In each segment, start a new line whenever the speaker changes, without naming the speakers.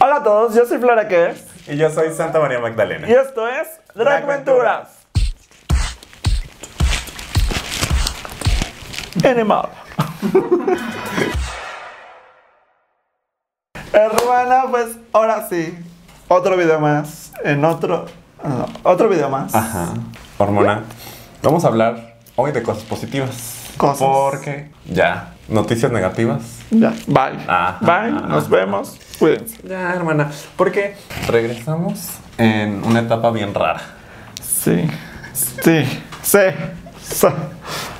Hola a todos, yo soy Flora Kers
Y yo soy Santa María Magdalena.
y esto es Dragventuras. Animado. Hermana, pues ahora sí. Otro video más. En otro. ah, no, otro video más.
Ajá. Hormona. Vamos a hablar hoy de cosas positivas.
Cosas.
Porque ya. Noticias negativas.
Ya. Bye.
Ajá.
Bye. Nos vemos. Cuídense.
Ya, hermana. Porque regresamos en una etapa bien rara.
Sí. Sí. Sí. sí.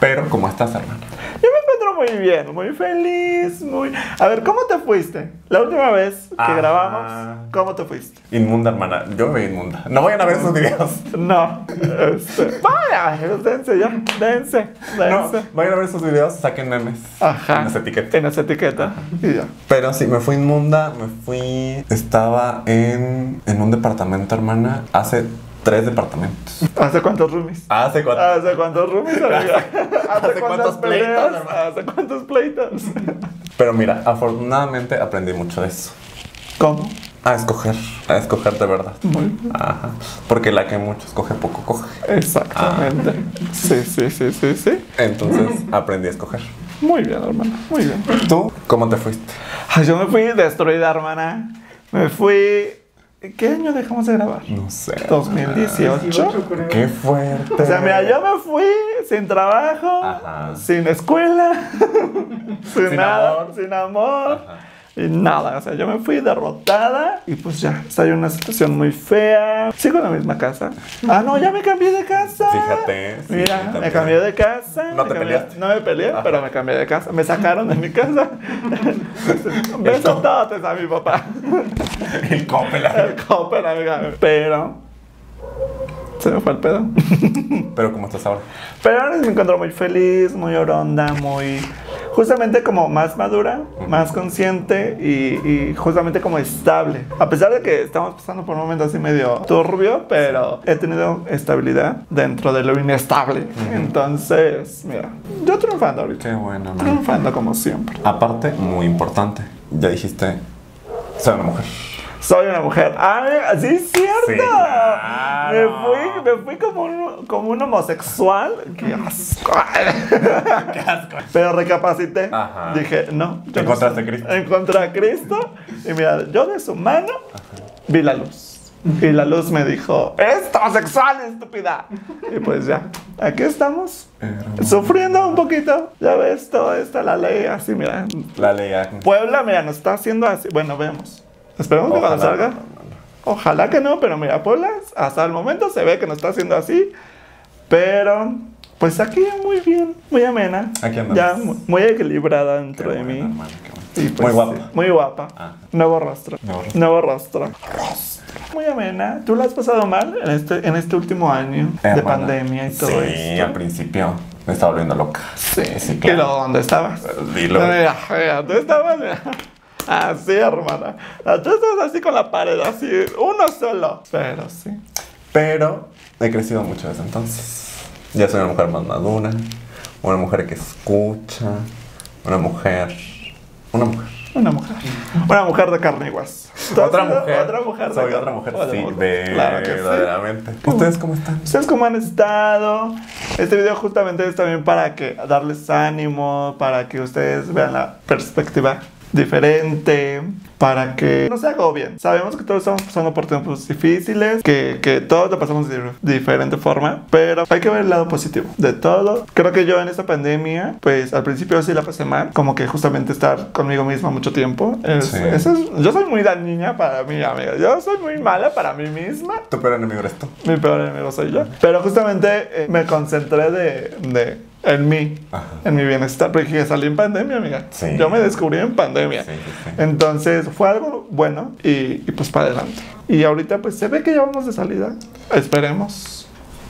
Pero, ¿cómo estás, hermana?
Yo me encuentro muy bien, muy feliz, muy... A ver, ¿cómo te fuiste? La última vez que
Ah.
grabamos, ¿cómo te fuiste?
Inmunda, hermana. Yo me veo inmunda. No vayan a ver esos videos.
No, este... Vaya, dense ya, dense,
No,
dense.
vayan a ver esos videos, saquen memes.
Ajá.
Las etiquetas.
En esa etiqueta. Y ya.
Pero sí, me fui inmunda, me fui. Estaba en, en un departamento, hermana, hace tres departamentos.
¿Hace cuántos roomies?
Hace Ah, cuatro.
¿Hace cuántos roomies, amiga?
¿Hace cuántos pleitos, hermano?
¿Hace cuántos pleitos?
Pero mira, afortunadamente aprendí mucho de eso.
¿Cómo?
A escoger, a escoger de verdad.
Muy bien.
Ajá. Porque la que mucho escoge, poco coge.
Exactamente.
Ah.
Sí, sí, sí, sí, sí.
Entonces aprendí a escoger.
Muy bien, hermano, muy bien.
¿Tú cómo te fuiste?
Ay, yo me fui destruida, hermana. Me fui. ¿Qué año dejamos de grabar?
No sé.
2018.
Qué fuerte.
O sea, mira, yo me fui sin trabajo,
Ajá.
sin escuela, sin,
Sin
nada,
amor.
sin amor. Y nada, o sea, yo me fui derrotada y pues ya, está en una situación muy fea. Sigo en la misma casa. Ah, no, ya me cambié de casa.
Fíjate, sí,
Mira, me
también.
cambié de casa.
No
me
te
cambié-
peleaste.
No me peleé,
Ajá.
pero me cambié de casa. Me sacaron de mi casa. Besos todos a mi papá.
El copela.
El copper, amiga. Pero. Se me fue el pedo.
Pero ¿cómo estás ahora?
Pero ahora me encuentro muy feliz, muy oronda, muy. Justamente como más madura, más consciente y, y justamente como estable. A pesar de que estamos pasando por un momento así medio turbio, pero he tenido estabilidad dentro de lo inestable. Entonces, mira, yo triunfando ahorita.
Qué bueno, man.
Triunfando como siempre.
Aparte, muy importante. Ya dijiste, soy una mujer.
Soy una mujer. ¡Ah, sí es cierto!
Sí, claro.
me, fui, me fui como un, como un homosexual. ¡Qué asco! Pero recapacité.
Ajá.
Dije, no. yo no
Encontraste
soy-
a Cristo.
Encontré a Cristo. Y mira, yo de su mano vi la luz. Y la luz me dijo, ¡Es homosexual, estúpida! Y pues ya, aquí estamos. Sufriendo un poquito. Ya ves, toda esta la ley así, mira.
La ley Agnes.
Puebla, mira, nos está haciendo así. Bueno, vemos. Esperemos que cuando
Ojalá.
salga. Ojalá que no, pero mira, Puebla hasta el momento se ve que nos está haciendo así. Pero, pues aquí muy bien, muy amena.
Aquí andamos.
Ya mu- muy equilibrada dentro
Qué
de
bueno,
mí.
hermano, qué bueno.
Y, pues,
Muy
sí,
guapa.
muy guapa.
Ajá.
Nuevo rostro.
Nuevo rostro.
Nuevo rostro. Muy amena. ¿Tú la has pasado mal en este, en este último año de
Hermana.
pandemia y todo
Sí,
esto?
al principio me estaba volviendo loca.
Sí,
sí, Eh,
Pero,
claro.
¿dónde estabas?
Dilo.
Mira, mira, tú estabas mira, así, hermana. Tú estabas así con la pared, así, uno solo. Pero sí.
Pero he crecido mucho desde entonces. Ya soy una mujer más madura, una mujer que escucha, una mujer. Una mujer.
Una mujer. Una mujer de carne y hueso. Tú has
Otra
sido
mujer.
Otra mujer. de
Soy
carne-
otra mujer,
otra
sí,
mujer. Claro que sí. Uh.
verdaderamente. ¿Ustedes cómo están?
¿Ustedes cómo han estado? Este video justamente es también para que darles ánimo, para que ustedes vean la perspectiva diferente, para que no se agobien. Sabemos que todos estamos pasando por tiempos difíciles, que, que todos lo pasamos de diferente forma, pero hay que ver el lado positivo de todo. Creo que yo en esta pandemia, pues al principio sí la pasé mal, como que justamente estar conmigo misma mucho tiempo. es-
Sí.
eso es- yo soy muy dañina para mí, amiga. Yo soy muy mala para mí misma.
Tu peor enemigo eres tú.
Mi peor enemigo soy yo. Pero justamente eh, me concentré de, de- en mí,
Ajá.
en mi bienestar, porque dije, salí en pandemia, amiga.
Sí.
Yo me descubrí en pandemia.
Sí, sí, sí.
Entonces fue algo bueno y, y pues para adelante. Y ahorita pues se ve que ya vamos de salida. Esperemos.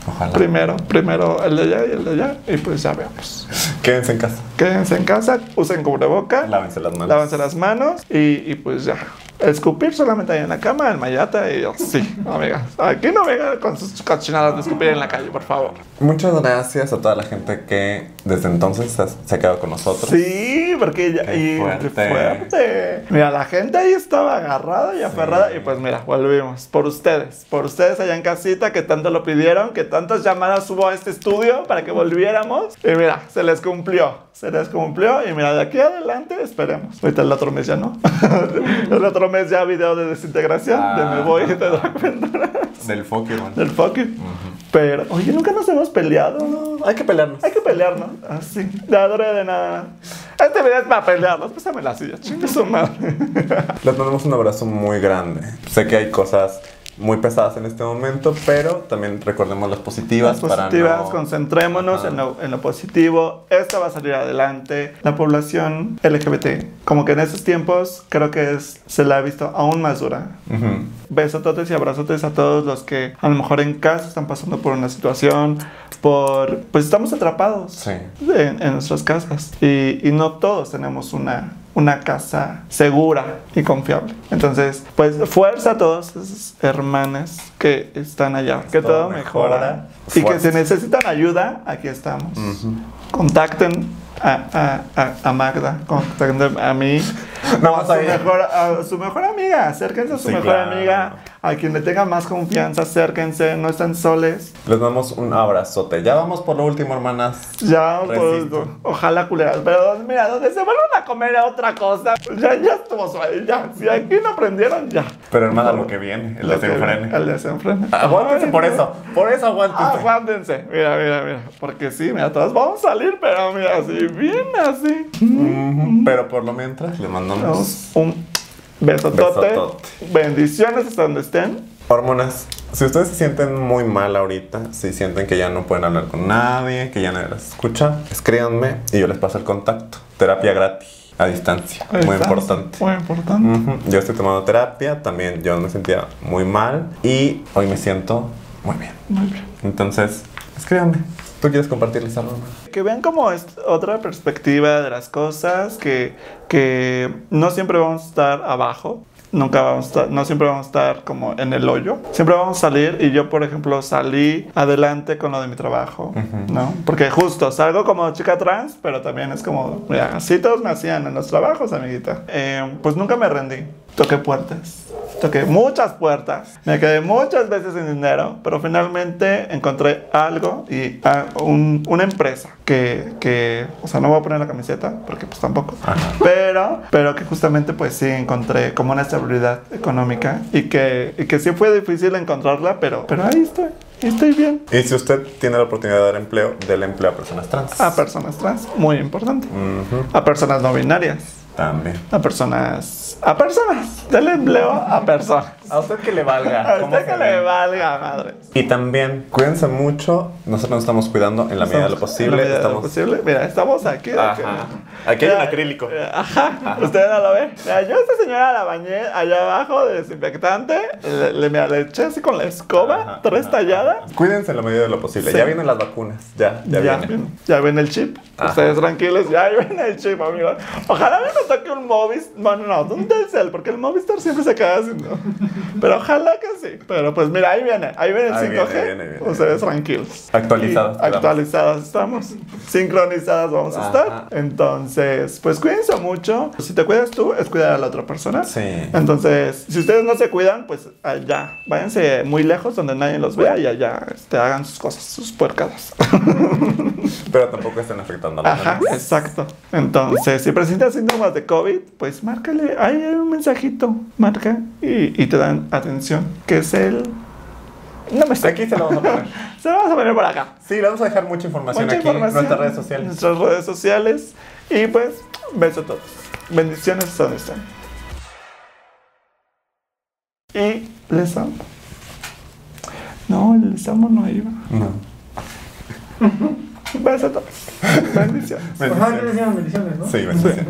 Ojalá.
Eh, Primero, primero el de allá y el de allá. Y pues ya vemos.
Quédense en casa.
Quédense en casa, usen cubreboca,
Lávense las manos.
lávense las manos y, y pues ya. escupir solamente ahí en la cama, en Mayata, y yo, sí, amiga. Aquí no venga con sus cochinadas de escupir en la calle, por favor.
Muchas gracias a toda la gente que desde entonces se ha, se ha quedado con nosotros.
Sí, porque ya.
Qué
y-
fuerte.
fuerte. Mira, la gente ahí estaba agarrada y aferrada. Y pues mira, volvimos. Por ustedes. Por ustedes allá en casita que tanto lo pidieron, que tantas llamadas hubo a este estudio para que volviéramos. Y mira, se les cumplió. Se les cumplió. Y mira, de aquí adelante esperemos. Ahorita el otro mes ya no. el otro mes ya video de desintegración. De me
Ah.
voy y te Drag Vendetta,
Del foque, bueno.
Del fucking. Pero, oye, nunca nos hemos peleado.
Hay que pelearnos.
Hay que pelearnos. Así. De adore de nada. Este video es para pelearnos. Pésame la silla. Chingue su madre.
Les mandamos un abrazo muy grande. Sé que hay cosas muy pesadas en este momento, pero también recordemos las positivas.
Las positivas,
para no-
concentrémonos
Ajá.
en lo, en lo positivo. Esto va a salir adelante. La población LGBT, como que en estos tiempos, creo que es, se la ha visto aún más dura.
Ujú.
Besototes y abrazotes a todos los que a lo mejor en casa están pasando por una situación, por... Pues estamos atrapados
Sí.
en, en nuestras casas y, y no todos tenemos una, una casa segura y confiable. Entonces, pues fuerza a todos esos hermanas que están allá, que
Todo
todo mejora
mejora.
y que
Fuerza. Mm.
si necesitan ayuda, aquí estamos.
Ujú.
Contacten a, a, a, a Magda, contacten a mí.
No,
o a,
más
su
ahí.
mejor, a su mejor amiga, acérquense a su
Sí,
mejor
claro.
amiga, a quien le tenga más confianza, acérquense, no están soles.
Les damos un abrazote. Ya vamos por lo último, hermanas.
Ya, pues,
Resisto.
ojalá culeras. Pero mira, donde se vuelvan a comer a otra cosa, Pues, ya, ya estuvo suave. Ya, si aquí no aprendieron, ya.
Pero hermana, lo que viene, el
Lo que-
desenfrene. Ah,
El desenfrene.
Aguántense
Ay,
por
no.
eso. Por eso aguántense.
Ah, Aguántense. Mira, mira, mira. Porque sí, mira, todas vamos a salir, pero mira, así, bien así.
Ujú. Pero por lo mientras, les mandamos
Vamos, Un besotote.
Besotote.
Bendiciones hasta donde estén.
hormonas. Si ustedes se sienten muy mal ahorita, si sienten que ya no pueden hablar con nadie, que ya nadie las escucha, escríbanme y yo les paso el contacto. Terapia gratis, a distancia. Muy
Estás-
importante.
Muy importante.
Ujú. Yo estoy tomando terapia, también yo me sentía muy mal y hoy me siento muy bien.
Muy bien.
Entonces, escríbanme. ¿Tú quieres compartirles algo? hermana?
Que vean como es otra perspectiva de las cosas, que, que no siempre vamos a estar abajo, nunca vamos a estar, no siempre vamos a estar como en el hoyo, siempre vamos a salir y yo, por ejemplo, salí adelante con lo de mi trabajo, ¿no? Porque justo salgo como chica trans, pero también es como, mira, así todos me hacían en los trabajos, amiguita. Eh, pues nunca me rendí, toqué puertas. Toqué muchas puertas, me quedé muchas veces sin dinero, pero finalmente encontré algo y ah, un- una empresa que, que, o sea, no voy a poner la camiseta porque pues tampoco, pero, pero que justamente pues sí encontré como una estabilidad económica y que, y que sí fue difícil encontrarla, pero, pero ahí estoy, estoy bien.
Y si usted tiene la oportunidad de dar empleo, del empleo a personas trans.
A personas trans, muy importante.
Ujú,
A personas no binarias.
También.
A personas. A personas. Del empleo a personas.
A usted que le valga.
A usted que le valga, madre.
Y también, cuídense mucho. Nosotros nos estamos cuidando en la medida de
En
lo
la
posible.
medida de lo
Estamos...
posible. Mira, estamos aquí. de
Ajá. Aquí hay
Mira,
un acrílico.
eh, Ajá. Ustedes no lo ven. Mira, yo a esta señora la bañé allá abajo de desinfectante. Le, le- mira, le eché así con la escoba,
Ajá,
tres
ajá,
talladas.
Cuídense en la medida de lo posible.
Sí.
Ya vienen las vacunas. Ya, ya,
Ya,
vienen.
ven, ya ven el chip.
Ajá.
Ustedes tranquilos, ya ven el chip, amigos. Ojalá no nos toque un Movis. Bueno, no, un Telcel, porque el Movistar siempre se queda haciendo. Pero ojalá que sí. Pero pues mira, ahí viene, ahí viene el
Ahí
5G.
viene, viene, viene.
Ustedes tranquilos.
Actualizadas,
Y Actualizadas estamos. Sincronizadas vamos a
Ajá.
estar. Entonces, pues cuídense mucho. Si te cuidas tú, es cuidar a la otra persona.
Sí.
Entonces, si ustedes no se cuidan, pues allá. Váyanse muy lejos donde nadie los vea y allá este, hagan sus cosas, sus puercadas.
Pero tampoco estén afectando a la
Ajá,
demás.
exacto. Entonces, si presentas síntomas de COVID, pues márcale, ahí hay un mensajito, marca y, y te dan atención, que es el... No me sé.
Aquí se lo vamos a poner.
Se lo vamos a poner por acá.
Sí, le vamos a dejar mucha información
Mucha
aquí
información.
en nuestras redes sociales.
Nuestras redes sociales. Y pues, besos a todos. Bendiciones hasta donde están. Y les amo. No, les amo no iba.
No.
Besos a todos. Bendiciones.
Ajá,
Bendiciones.
bendiciones, bendiciones, ¿no?
Sí, bendiciones.